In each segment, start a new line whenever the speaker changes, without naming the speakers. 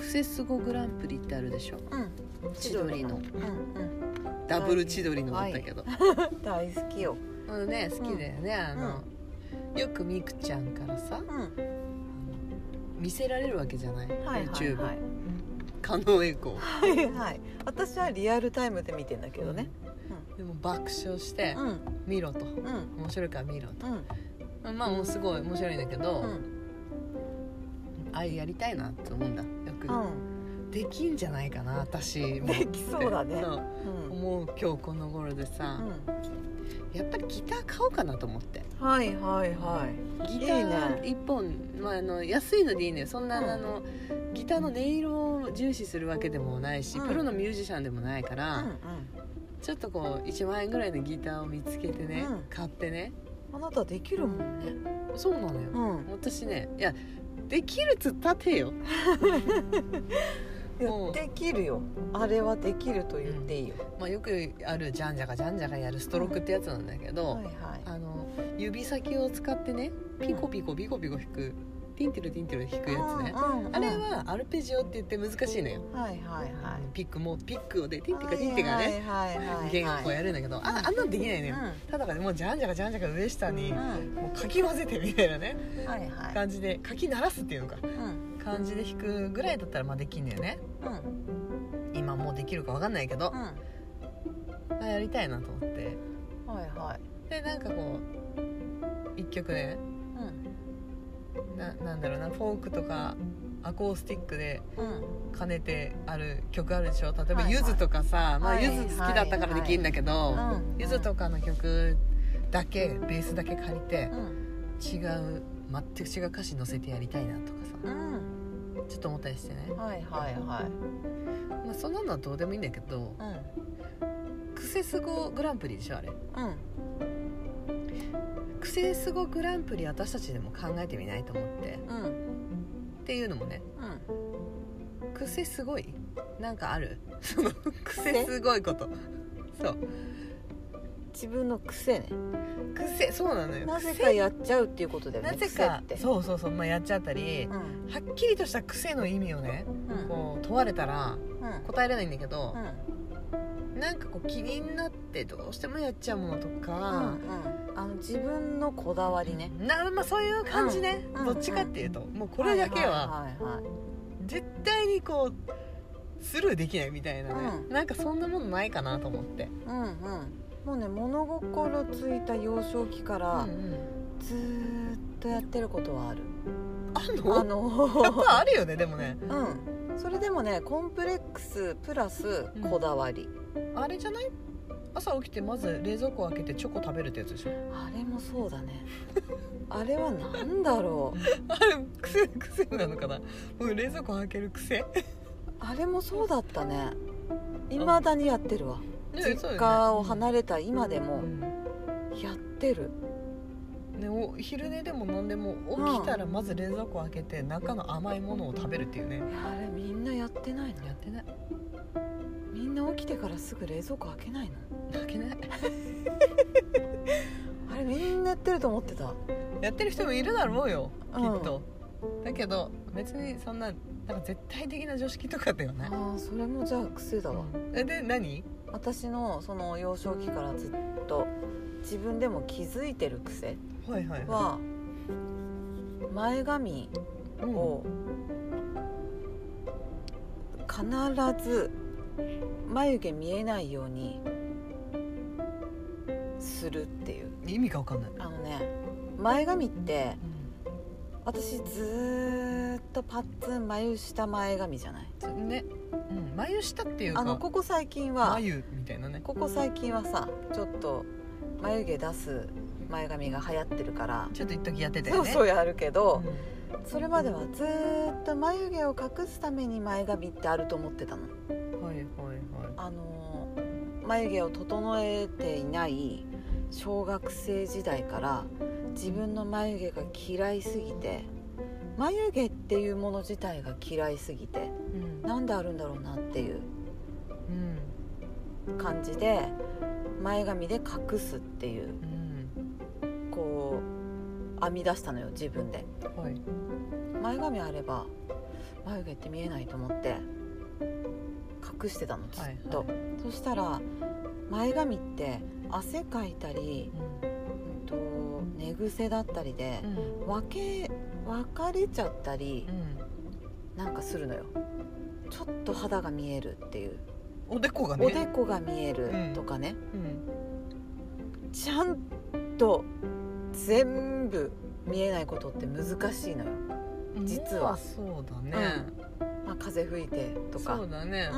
セス語グランプリってあるでしょ
うん
千鳥の
うんうん
ダブル千鳥のだったけど、
大好きよ
あのね好きだよね、あの、よくみくちゃんからさ
うん
見せられるわけじゃない,、
はいはい
YouTube
はい
加納英孝
はいはい私はリアルタイムで見てんだけどね
でも爆笑して
うん
「見ろ」と
うん
「面白いから見ろ」と
うん
まあもうすごい面白いんだけど、
うん
あれやりたいなって思うんだよく、
うん
できんじゃないかな私も
できそうだね
そう
うん
思う今日この頃でさ、やっぱりギター買おうかなと思って
うんはいはいはい
ギター
い
1本まあ、あの安いのでいいのよそんな、
うん
あのギターの音色を重視するわけでもないし、
うん
プロのミュージシャンでもないか
う
ら、
んうん
ちょっとこう1万円ぐらいのギターを見つけてね、
うん
買ってね
あなたできるもんね
そうなのよ、
うん
私ねいやできるっつったてよ
いや
もう
できるよあれはできると言っていいよ
まあ、よくあるじゃんじゃかじゃんじゃかやるストロークってやつなんだけど、
はいはい
あの指先を使ってねピコピコピコピコ弾くティンティルティンティル弾くやつね、
うんうんうん
あれはアルペジオって言って難しいのよ、
はいはいはい
ピックもピックをでティンティカティンティカね
はいはいはいはい
弦をこうやるんだけど、ああんなんできないの
う
よ、
ん
ただからもうじゃんじゃかじゃんじゃか上下に、
うん
もうかき混ぜてみたいなね
はいはい
感じでかき鳴らすっていうのか
うん
感じで弾くぐらいだったらまあできんのよね
うん
今もうできるかわかんないけど、あやりたいなと思って
うんはいはい
でなんかこう一曲ね
うん
ななんだろうなフォークとかアコースティックで
うん
兼ねてある曲あるでしょ例えば
はいはい
ゆずとかさ、まあ
はい
ゆず好きだったからできるんだけど
うん
ゆず、とかの曲だけベースだけ借りて
うん
違う全く違う歌詞載せてやりたいなとか
う
さ
ん
ちょっと思ったりしてね、
はいはいはい
まあ、そんなのはどうでもいいんだけど
う
クセスゴグランプリでしょあれ
んうん
クセスゴグランプリ私たちでも考えてみないと思って
うん
っていうのもね
うん
癖すごいなんかあるその癖すごいことそう
自分の癖ね
癖そうなのよ
なぜかやっちゃうっていうことだ
癖
よね
なぜ
癖
か
って
そうそうそう、まあ、やっちゃったり
う、ん
はっきりとした癖の意味をね
うん
こう問われたら
うん
答えられないんだけど
う、ん
なんかこう気になってどうしてもやっちゃうものと
うん
か、
うんあの自分のこだわりね
なまあ、そういう感じね、
うん
どっちかっていうと、もうこれだけはい
はいはい
絶対にこうスルーできないみたいなね、
うん
なんかそんなものないかなと思って、
うんうんもうね物心ついた幼少期か
う
ら
んうん
ずーっとやってることはある、
あん
あ
のやっ
の
ぱあるよねでもね
うんそれでもねコンプレックスプラスこだわり、
あれじゃない朝起きてまず冷蔵庫開けてチョコ食べるってやつでしょ
あれもそうだねあれは何だろう
あれ癖癖なのかなうん冷蔵庫開ける癖
あれもそうだったねいまだにやってるわ実家を離れた今で
れ
もやってる
ね、お昼寝でも何でも起きたらまず冷蔵庫開けて中の甘いものを食べるっていうね
いやあれみんなやってないの
やってない
みんな起きてからすぐ冷蔵庫開けないの
開けない
あれみんなやってると思ってた
やってる人もいるだろうよき
うん
っと、だけど別にそんななんか絶対的な常識とかではない
ああそれもじゃあ癖だわ
えで何
私のその幼少期からずっと自分でも気づいてる癖
はいはいい
は前髪
うん
を必ず眉毛見えないようにするっていう
意味が分かんない、
あのね前髪って私ずーっとパッツン眉下前髪じゃない
うん、ね、うん、眉下っていうか
あのここ最近は
眉みたいなね
ここ最近はさちょっと眉毛出す前髪が流行ってるから、
ちょっと一時やってた
そ
よ
う
ね
そう
う
やるけ
ん
ど、それまではずーっと眉毛を隠すために前髪ってあると思ってたの。
はいはいは
あのー眉毛を整えていない小学生時代から自分の眉毛が嫌いすぎて眉毛っていうもの自体が嫌いすぎて
いうん
なんであるんだろうなっていう
うん
感じで前髪で隠すっていう
うん
こう編み出したのよ自分で
はい
前髪あれば眉毛って見えないと思って隠してたのずっと、
はいは
そしたら前髪って汗かいたり、うんと寝癖だったりで
う、んうん
分け分かれちゃったりなんかするのよちょっと肌が見えるっていう、
おでこがね
おでこが見えるとかね、
うん
ちゃんと全部見えないことって難しいのよ、実は
まあそうだね、
まあ、風吹いてとか
そうだね、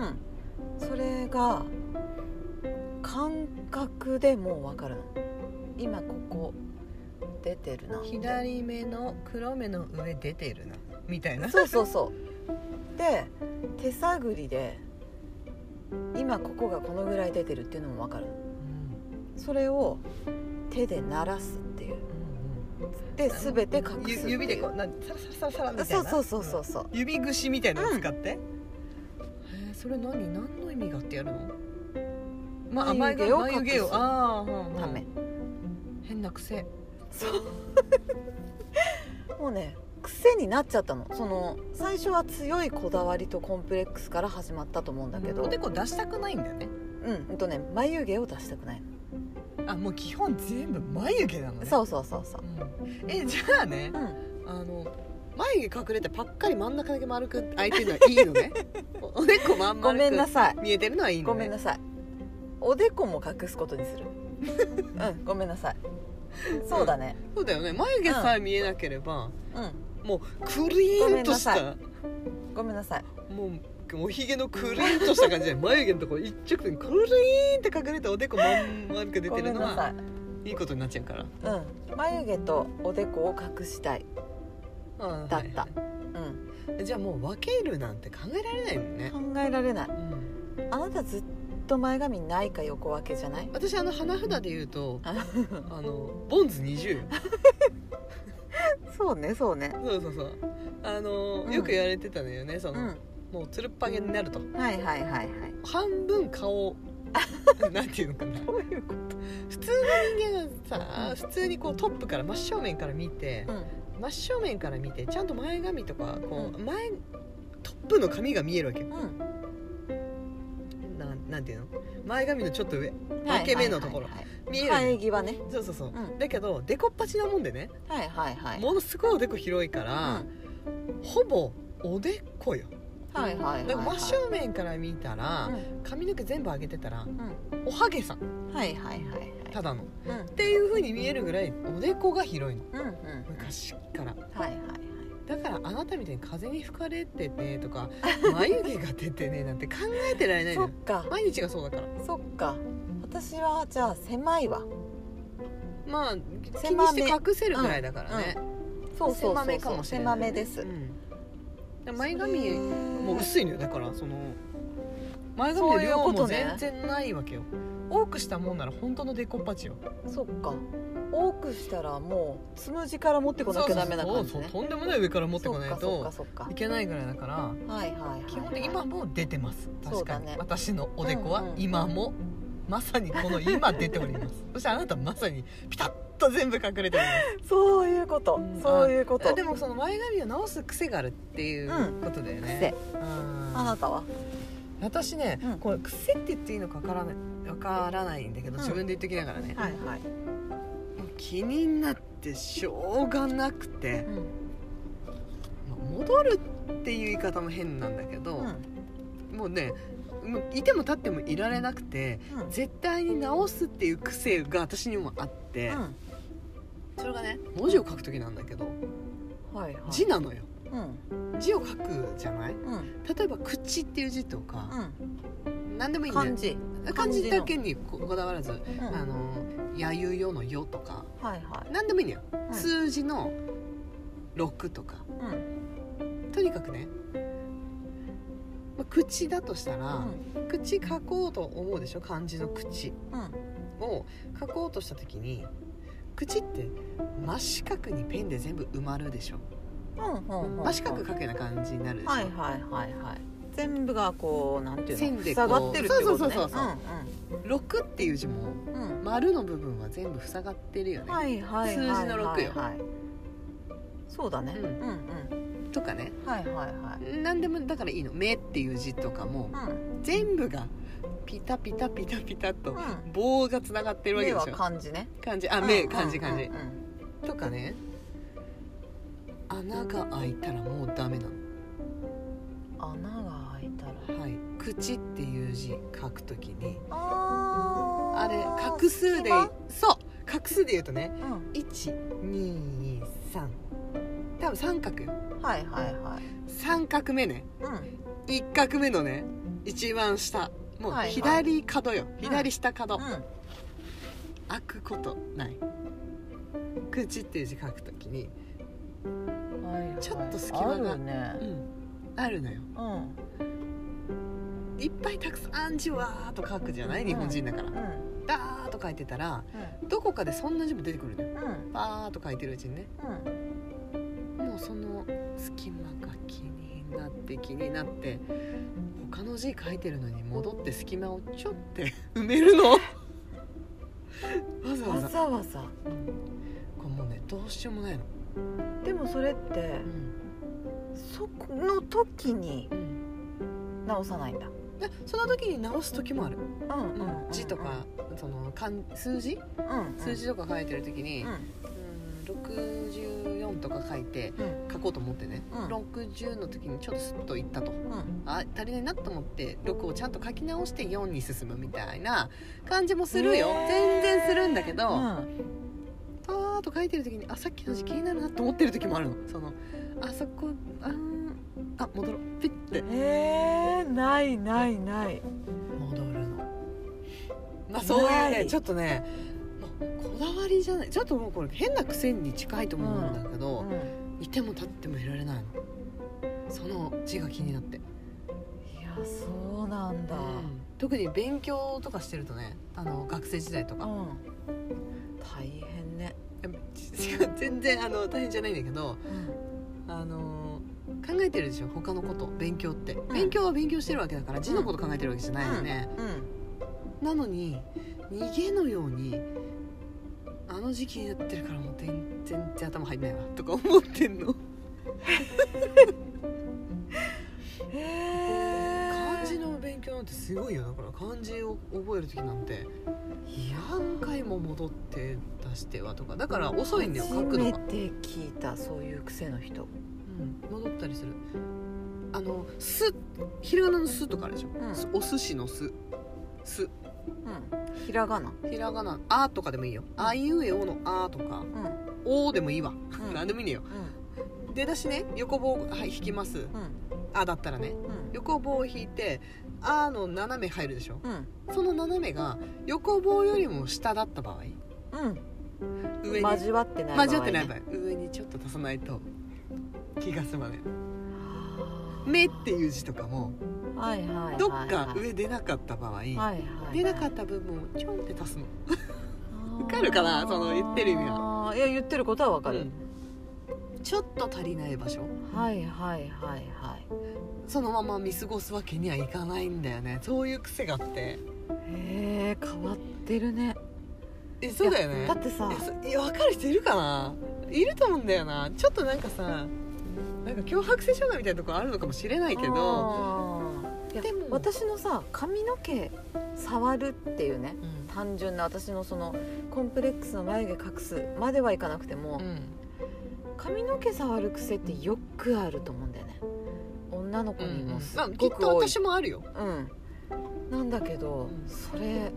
うん、それが感覚でもう分かるの今ここ出てるな
左目の黒目の上出てるなみたいな
そうそうそうで手探りで今ここがこのぐらい出てるっていうのも分かるの
うん
それを手で鳴らすっていう
うん
で全て隠すってい
ゆ
う
指でこうなんサラサラサラサラみたいな
そうそうそうそうそう
指串みたいなの使って、へえそれ何何の意味があってやるのまあ眉
眉毛
毛
を
を
隠す
眉毛をああ、うんうん
ため
変な癖
そうもうね癖になっちゃったのその最初は強いこだわりとコンプレックスから始まったと思うんだけど
おでこ出したくないんだよね
うん、うんとね眉毛を出したくないの、
あもう基本全部眉毛なのね
そうそうそうそう
うんえじゃあね
うん
あの眉毛隠れてぱっかり真ん中だけ丸く開いてるのはいいの ねおでこまん
ご
丸
めんな
く
さい
見えてるのはいいの
ごめん
ね
なさいおでこも隠すことにす るうんごめんなさいそうだね
そうだよね眉毛さえ見えなければ、
うん
もうクリーンとし
ごめん
た
ごめんなさい
もうおひげのクリーンとした感じで眉毛のところ一直線クリーンって隠れたおでこまん丸く出
ご
て
め
る
ん
の
なさ
はいいいことになっちゃうから
うん眉毛とおでこを隠したい
ああ
だった
はいは
うん
いじゃあもう分けるなんて考えられないもんね、
考えられない
うん、
あなたずっと前髪ないか横分けじゃない
私あの花札で言うと
あ
あのボンズ20よ
そうねそうね
そうそうそうあの、
うん
よく言われてたのよねそうの、
ん
もうつるっぱげになると
はいはいはいはい
半分 顔なんていうのかな
どういうこ
普通の人間はさ普通にこうトップから真正面から見て、
とうん
真正面から見てちゃんと前髪とかこう前トップの髪が見えるわけよ
うん
なんなんていうの前髪のちょっと上分け目のところ
はいはい
見えるの
生え際ね
そうそうそう、
うん
だけどデコっ端なもんでね
はいはいはい
ものすごいおでこ広いから、ほぼおでこよ
うんはいはいはいはい
だから真正面から見たら、
う
髪の毛全部上げてたら
ん
おはげさん
うんはいはいはいはい
ただのっ
うん
ていう風に見えるぐらいおでこが広いの
うんうん
昔から
はいはいはい
だからあなたみたいに風に吹かれてねと か眉毛が出てねなんて考えてられないの
そ
よ
っか
毎日がそうだから
そっか私はじゃあ狭いわ
まあ気に
狭
し
め
て隠せるぐらいだからね、
そうそうそう
狭めかもしれない
狭めです
うんで前髪も
も
う薄いのよだからその前髪の量
そういうこと
も
ね
全然ないわけよ、多くしたもんなら本当のデコパチよ
そっか多くしたらもうつむじから持ってこなきゃダメな感じ
そうそう
ね
そうとんでもない上から持ってこない
そっか
と
そっかそっ
いけないぐらいだから
かはいはいはいはい
基本的に今も出てます
そう
確
だ
か
ね
に、私のおでこは
うんうん
今も、まさにこの今出ております そしてあなたまさにピタッと全部隠れており
そういうこと
うん
そういうこ
ますあ
と
でもその前髪を直す癖があるっていううことだよ
癖
ね、うん
あなたは
私ね、
うん
これ癖って言っていいのかわからないわからないんだけど
うん
自分で言ってきながらね、
はいはい
もう気になってしょうがなくて
う、ん
まあ戻るっていう言い方も変なんだけど、
うん
もうねもういても立ってもいられなくて
うん
絶対に直すっていう癖が私にもあって、
う
それがね文字を書く時なんだけど
んはいはい
字なのよ
うん
字を書くじゃない
うん
例えば「口」っていう字とか、何でも
う
いいん
ん
だ
漢
よ
字
漢字だ
漢字
けにこだわらず「
うん
あ
は
の弥生よ」の「よ」とか
いは
何でもいいのよ、
い
数字の6とか
うんうん
とにかくね、まあ口だとしたら、口書こうと思うでしょ漢字の口
うん
を書こうとした時に口って真四角にペンで全部埋まるでしょ
うんうんうん
真四角書くような感じになるでしょ、
はいはいはいはい全部がこうなんていうの
線で
塞
こう
がってるってことね
そうそうそうそう
う
6っていう字も
んうんうん
丸の部分は全部塞がってるよね、
はいはいはいはい
数字の六よ
はいそうだね
う
うんん
とかね
はいはいは
何でもだからいいの「目」っていう字とかも
い、うん
全部がピタピタピタピタと
うん
棒がつながってるわけ
目
で
は
しょ
漢字ね
漢字あ
うん
目
うん
漢字漢字
うんうん
とかね穴が開いたらもうダメな
穴が開いたら
のはい口っていう字書くときに
あ
あれ画数でそう画数で言うとね
うん、
123多分三角よ
はいはいはい、
三角目ね
うん
一画目のね一番下もう
はいはい
左角よ、左下角、
うん、
開くことない口っていう字書くときに、
はいはい
ちょっと隙間が
あるね
う、ん、あるのよ
うんうん
いっぱいたくさん字わーっと書くじゃない日本人だから、ダーっと書いてたらどこかでそんな字も出てくるのよ
うんうん
バーっと書いてるうちにね
うん
もうその隙間が気になって気になって他の字書いてるのに戻って隙間をちょって 埋めるのわざわ
わ
ざ、
ざわざ
うんこれもうねどうしようもないの、
でもそれって
うん
そこの時に
うん
直さないんだ
でその時に直す時もある、
うんうんうん
字とかその漢数字
うん
数字とか書いてる時に、
う
うんん64とか書いて
うん
書こうと思ってね、
うん
60の時にちょっとスッといったと
うん
あ足りないなと思って6をちゃんと書き直して4に進むみたいな感じもするよ、
ねえ
全然するんだけど、
う
パ
ん
ーッと書いてる時にあさっきの字気になるなと思ってる時もあるのそのあそこあーあ戻ろうピッて
えー、ないないない
戻るのまあそういう
な
ね
い
ちょっとねもうこだわりじゃないちょっともうこれ変な癖に近いと思うんだけ
う
ど、
ん
いても立ってもいられないのその字が気になって、
いやそうなんだうん
特に勉強とかしてるとねあの学生時代とか、
大変ね
違う全然あの大変じゃないんだけど
うん
あの考えてるでしょ他のこと勉強って、
ん
勉強は勉強してるわけだから字のこと考えてるわけじゃないよね、
うん
なのに逃げのようにあの時期になってるからもう全全然頭入んないわとか思ってんの
えー
漢字の勉強なんてすごいよだから漢字を覚える時なんて何回も戻って出してはとかだから遅いんだよ書くの
初め
が、
て聞いたそういう癖の人
うん、戻ったりするあの「す」ひらがなの「す」とかあるでしょ、
う
お寿司の「す」「す
うんひらがな」
ひらがな「あ」とかでもいいよ「あいうえお」の「あ」とか
うんうん
「お」でもいいわ何でもいいのよ
う
出だしね横棒はい引きます
ん
「あ」だったらね
うん
横棒を引いて「あ」の斜め入るでしょ
うん
その斜めが横棒よりも下だった場合
うん
上に
交わってない場合ね
交わってない場合上にちょっと足さないと気が済まない「目」っていう字とかも
はいはいはいはい
どっか上出なかった場合、
はいはい
出なかった部分をちょんって足すの、わかるかなその言ってる意味
はあーいや言ってることはわかる
ちょっと足りない場所
はいはいはいはい
そのまま見過ごすわけにはいかないんだよねそういう癖があって
へえ変わってるね
えそうだよ
い
ね
やだってさ
えそえ分かる人いるかないると思うんだよなちょっとなんかさなんか脅迫性障害みたいなとこあるのかもしれないけど
あーいや
でも
私のさ髪の毛触るっていうね
うん
単純な私のそのコンプレックスの眉毛隠すまではいかなくても、髪の毛触る癖ってよくあると思うんだよね女の子にもす
まあ
っ
き
ご
っ
く
と
多い、
私もあるよ
うんなんだけど、
うん
それ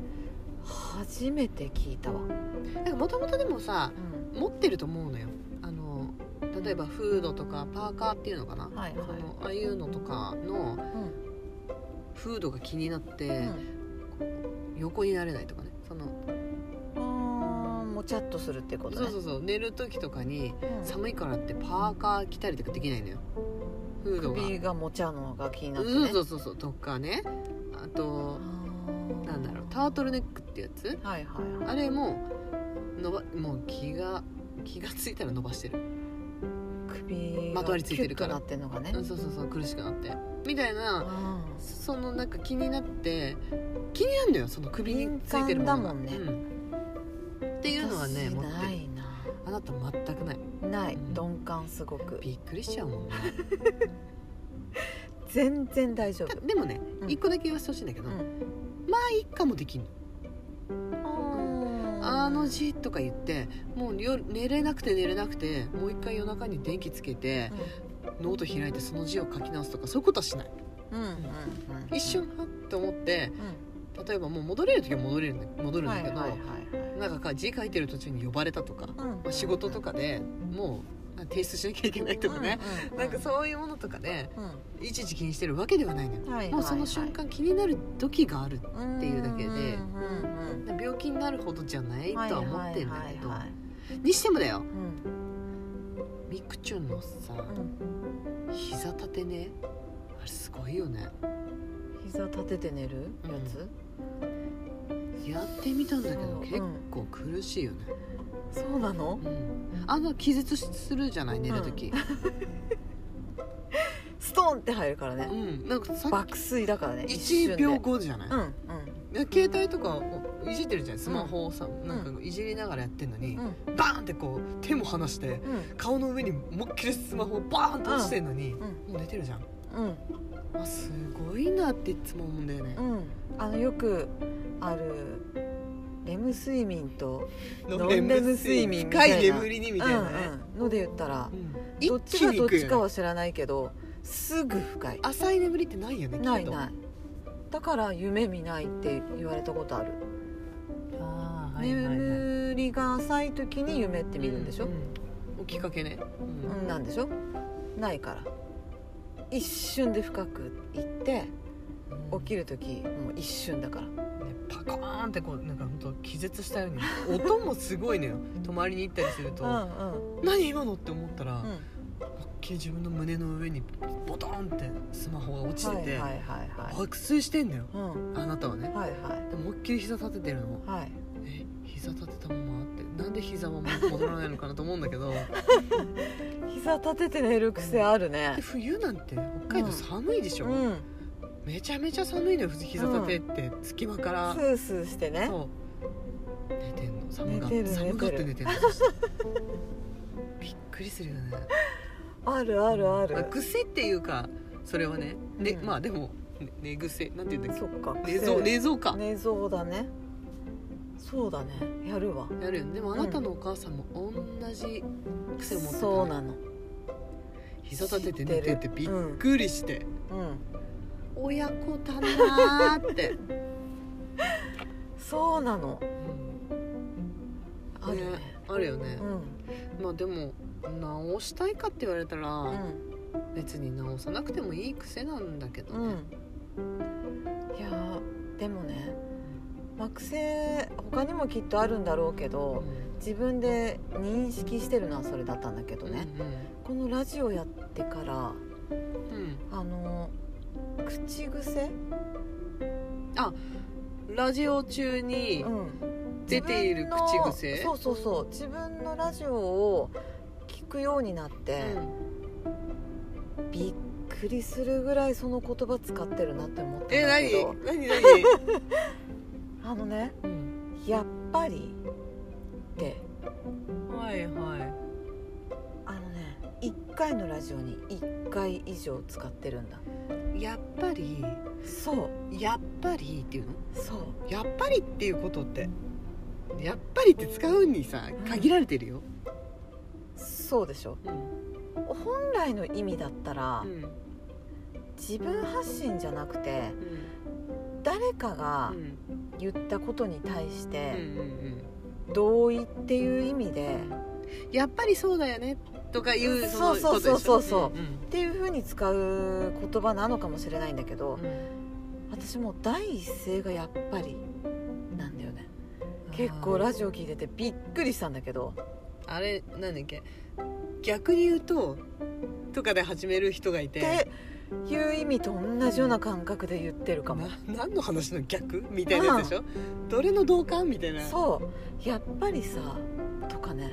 初めて聞いたわ、うん
なんかもともとでもさ持ってると思うのよあの例えばフードとかパーカーっていうのかな、
はいはい
そのああいうのとかのフードが気になって、
うん
横になれないとかねその
あーもちゃっとするってこと
そ
ね
うそうそう寝る時とかに
うん
寒いからってパーカー着たりとかできないのよフードが
首がもちゃうのが気になってね
そうそうそうそうとかねあと
あ
なんだろうタートルネックってやつ
はいはいはい
あれも伸ばもう気が気がついたら伸ばしてる、
首
まとわりついてるから
キュッとなってんのがね、
うんそうそうそう苦しくなってみたいな
あ
そのなんか気になって気になるのよその首についてるものが
敏感だもんね
うんって
ー
いうのはね
私
持って
な
る
いな
あなた全くない
ない
うん
鈍感すごく
びっくりしちゃうもんね
全然大丈夫
でもね
うん
一個だけ言わせてほしいんだけど、
うん
まあ一家もできんのあ
あ
の字とか言ってもう夜寝れなくて寝れなくてもう一回夜中に電気つけてノート開いてその字を書き直すとかそういうことはしない
うんうんうん
一瞬はって思って
う
例えばもう戻れる時は戻れるんだ戻
ん
るん
は
だけ
いはい
ど、
はい
なんかか字書いてる途中に呼ばれたとか、ま
はい
あ仕事とかでもうあ提出しなきゃいけないとかね、なんか
う
そういうものとかで
うん
いちいち気にしてるわけではないのよ、
はいはいはい
もうその瞬間気になる時がある
って
いうだけで
うんうん
病気になるほどじゃないと
うん
は思ってるんだ
は
け
いはい
ど
はいはい
にしてもだよ
うん
ミクチュンのさ、
うん
膝立てねあれすごいよね
膝立てて寝るやつ
やってみたんだけど
うん
結構苦しいよね、
そうなの
うん、あの気絶するじゃない寝る時
ストーンって入るから
う
ね
ん、なんかさっ
爆睡だからね
き
一瞬
1
で
秒後じゃない、
うんうん
携帯とかをいじってるじゃないスマホをさ、なんかいじりながらやってんのに、
うん
バーンってこう手も離して
うん
顔の上に思いっきりスマホをバーンと落ちてんのに、も
う
う寝てるじゃん
んうん
あすごいなっていつも思うんだよね
う、ん、あのよくあるレム睡眠と、
ノ
ノ
ン
ン
レ
レ
ム
ム
睡
睡
眠
眠
深い眠りにみ
うん
たいなね、
うんので言ったら
うん
ど
一
っち
気
が
に
ど
行
っ
くよね
ちかは知らないけどすぐ深い
浅い眠りってないよね
ない
きっと
ないだから夢見ないって言われたことある、
ああ
眠りが浅い時に夢って見るんでしょ、
きっかけね、うん
うんなんでしょないから一瞬で深くいって起き
る、
る時もう一瞬だから
ね、パカーンってこうなんか本当気絶したように音もすごいのよ泊まりに行ったりすると、
うんうん
何今のって思ったら、
う
思いっ
ん
きり自分の胸の上にボトンってスマホが落ち
はい
て
はい
て、
はいはい
爆睡してんだよ
うん
あなたはね
はいはい
でも思いっきり膝立ててるの
はい
え膝立てたままってなんで膝はもう戻らないのかなと思うんだ けど
膝立てて寝る癖あるね
で冬なんて北海道寒いでし
う
ょ、
ん
めちゃめちゃ寒いのよ膝立てって隙間から、
スースーしてね
そう寝てんの寒が
寝てる
寒がって寝
寝
てんのそして びっくりするよね
あるあるある
ま癖っていうかそれはねね、
うん
まあでもね寝癖なんて言うんだっ
そっか
け寝相寝相か、
寝相だねそうだねやるわ
やるよねでもあなたのお母さんも同じ癖を持ってた、ね
そうなの
膝立てて寝ててびっくりして、
うん
親子だなー って、
そうなのあるね
ねあるよね
う、ん
まあでも直したいかって言われたら、
うん
別に直さなくてもいい癖なんだけど
う
ね、
んいやーでもねまあ癖他にもきっとあるんだろうけど自分で認識してるのはそれだったんだけどね、このラジオやってから
うん
あの口
う
癖、
んラジオ中に
ん、
出ている口癖
自分のそうそうそう自分のラジオを聞くようになって、
うん
びっくりするぐらいその言葉使ってるなって思ったん
え
だけど
何何 何、
あのね
うん、
「やっぱり」って
はいは
あのね1回のラジオに1回以上使ってるんだ
いやっぱり
そう
やっぱりっていうの
そう
やっぱりっていうことってやっぱりって使うにさ限られてるよ、
そうでしょ
うん
本来の意味だったら、
うん
自分発信じゃなくて
うん
誰かが
うん
言ったことに対し
う
て
んうん
同意っていう意味で
やっぱりそうだよねとかいうの
そうそうそうそうそう
ことでしょ
っていう風に使う言葉なのかもしれないんだけど
うんうん
私もう第一声がやっぱりなんだよね結構ラジオ聞いててびっくりしたんだけど
あれなんだっけ逆に言うととかで始める人がい
ってていう意味と同じような感覚で言ってるかも
な何の話の逆みたいなやつでしょ、どれの同感みたいなう、
そうやっぱりさとかね
ん、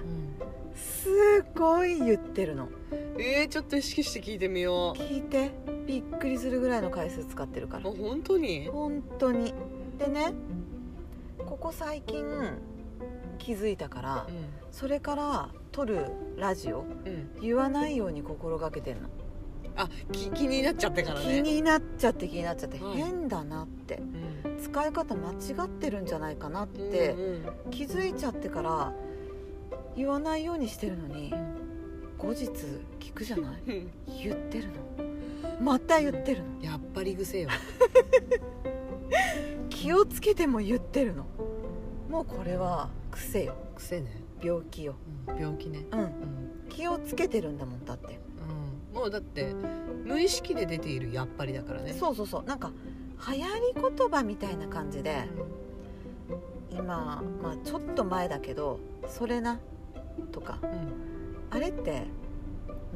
すごい言ってるの
えー、ちょっと意識して聞いてみよ
聞いてびっくりするぐらいの回数使ってるか
う
ら
あ本当に
本当にでねここ最近気づいたから
う
それから撮るラジオ
んうん
言わないように心がけてんの、
あ気気になっちゃってからね
気になっちゃって気になっちゃって、
はい
変だなって
うん
使い方間違ってるんじゃないかなっ
うん
て
うん
気づいちゃってから言わないようにしてるのに後日聞くじゃない
うん
言ってるのまた言ってるの
やっぱり癖よ
気をつけても言ってるのもうこれは癖よ
癖ね、
病気よ
うん、病気ね
うん
うん、
気をつけてるんだもんだって、
うん、もうだって無意識で出ているやっぱりだからね
そうそうそうなんか流行り言葉みたいな感じで今、まあ、ちょっと前だけど「それな」とか
うんうん
あれって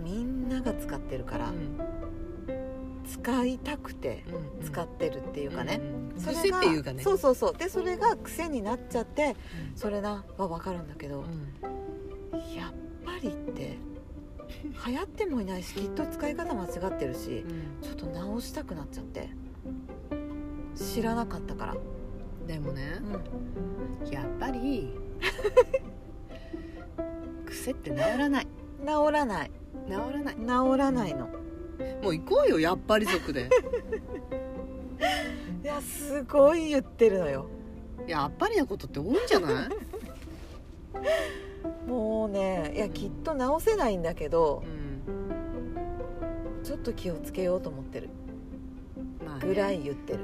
みんなが使ってるから、
うん
使いたくて
うん
使ってるっていうかね、
んん
それ
癖
が
っていうかね
そうそうそうでそれが癖になっちゃって「それな」は分かるんだけど、
う
やっぱりって流行ってもいないしきっと使い方間違ってるし
んうん
ちょっと直したくなっちゃって知らなかったから、
でもね
うん、
やっぱ り癖って治らない
治らない
治らない
治らないの
もう行こうよやっぱり族 で
いやすごい言ってるのよ
やっぱりなことって多いんじゃない、
もうねいやきっと直せないんだけど
うん
ちょっと気をつけようと思ってる
まあね
ぐらい言ってる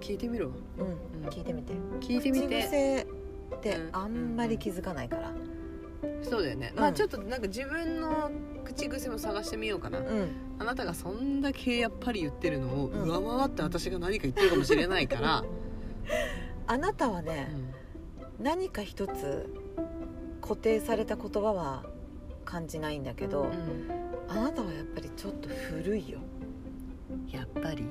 聞いてみろ
うん
うん
聞いてみて
聞いてみ
口
て
癖ってあんまり気づかないから
そうだよね、
うん
まあちょっとなんか自分の口癖も探してみようかな、
うん
あなたがそんだけやっぱり言ってるのを
うん
上回って私が何か言ってるかもしれないから、
あなたは
う
ね
ん
何か一つ固定された言葉は感じないんだけどあなたはやっぱりちょっと古いよ
やっぱり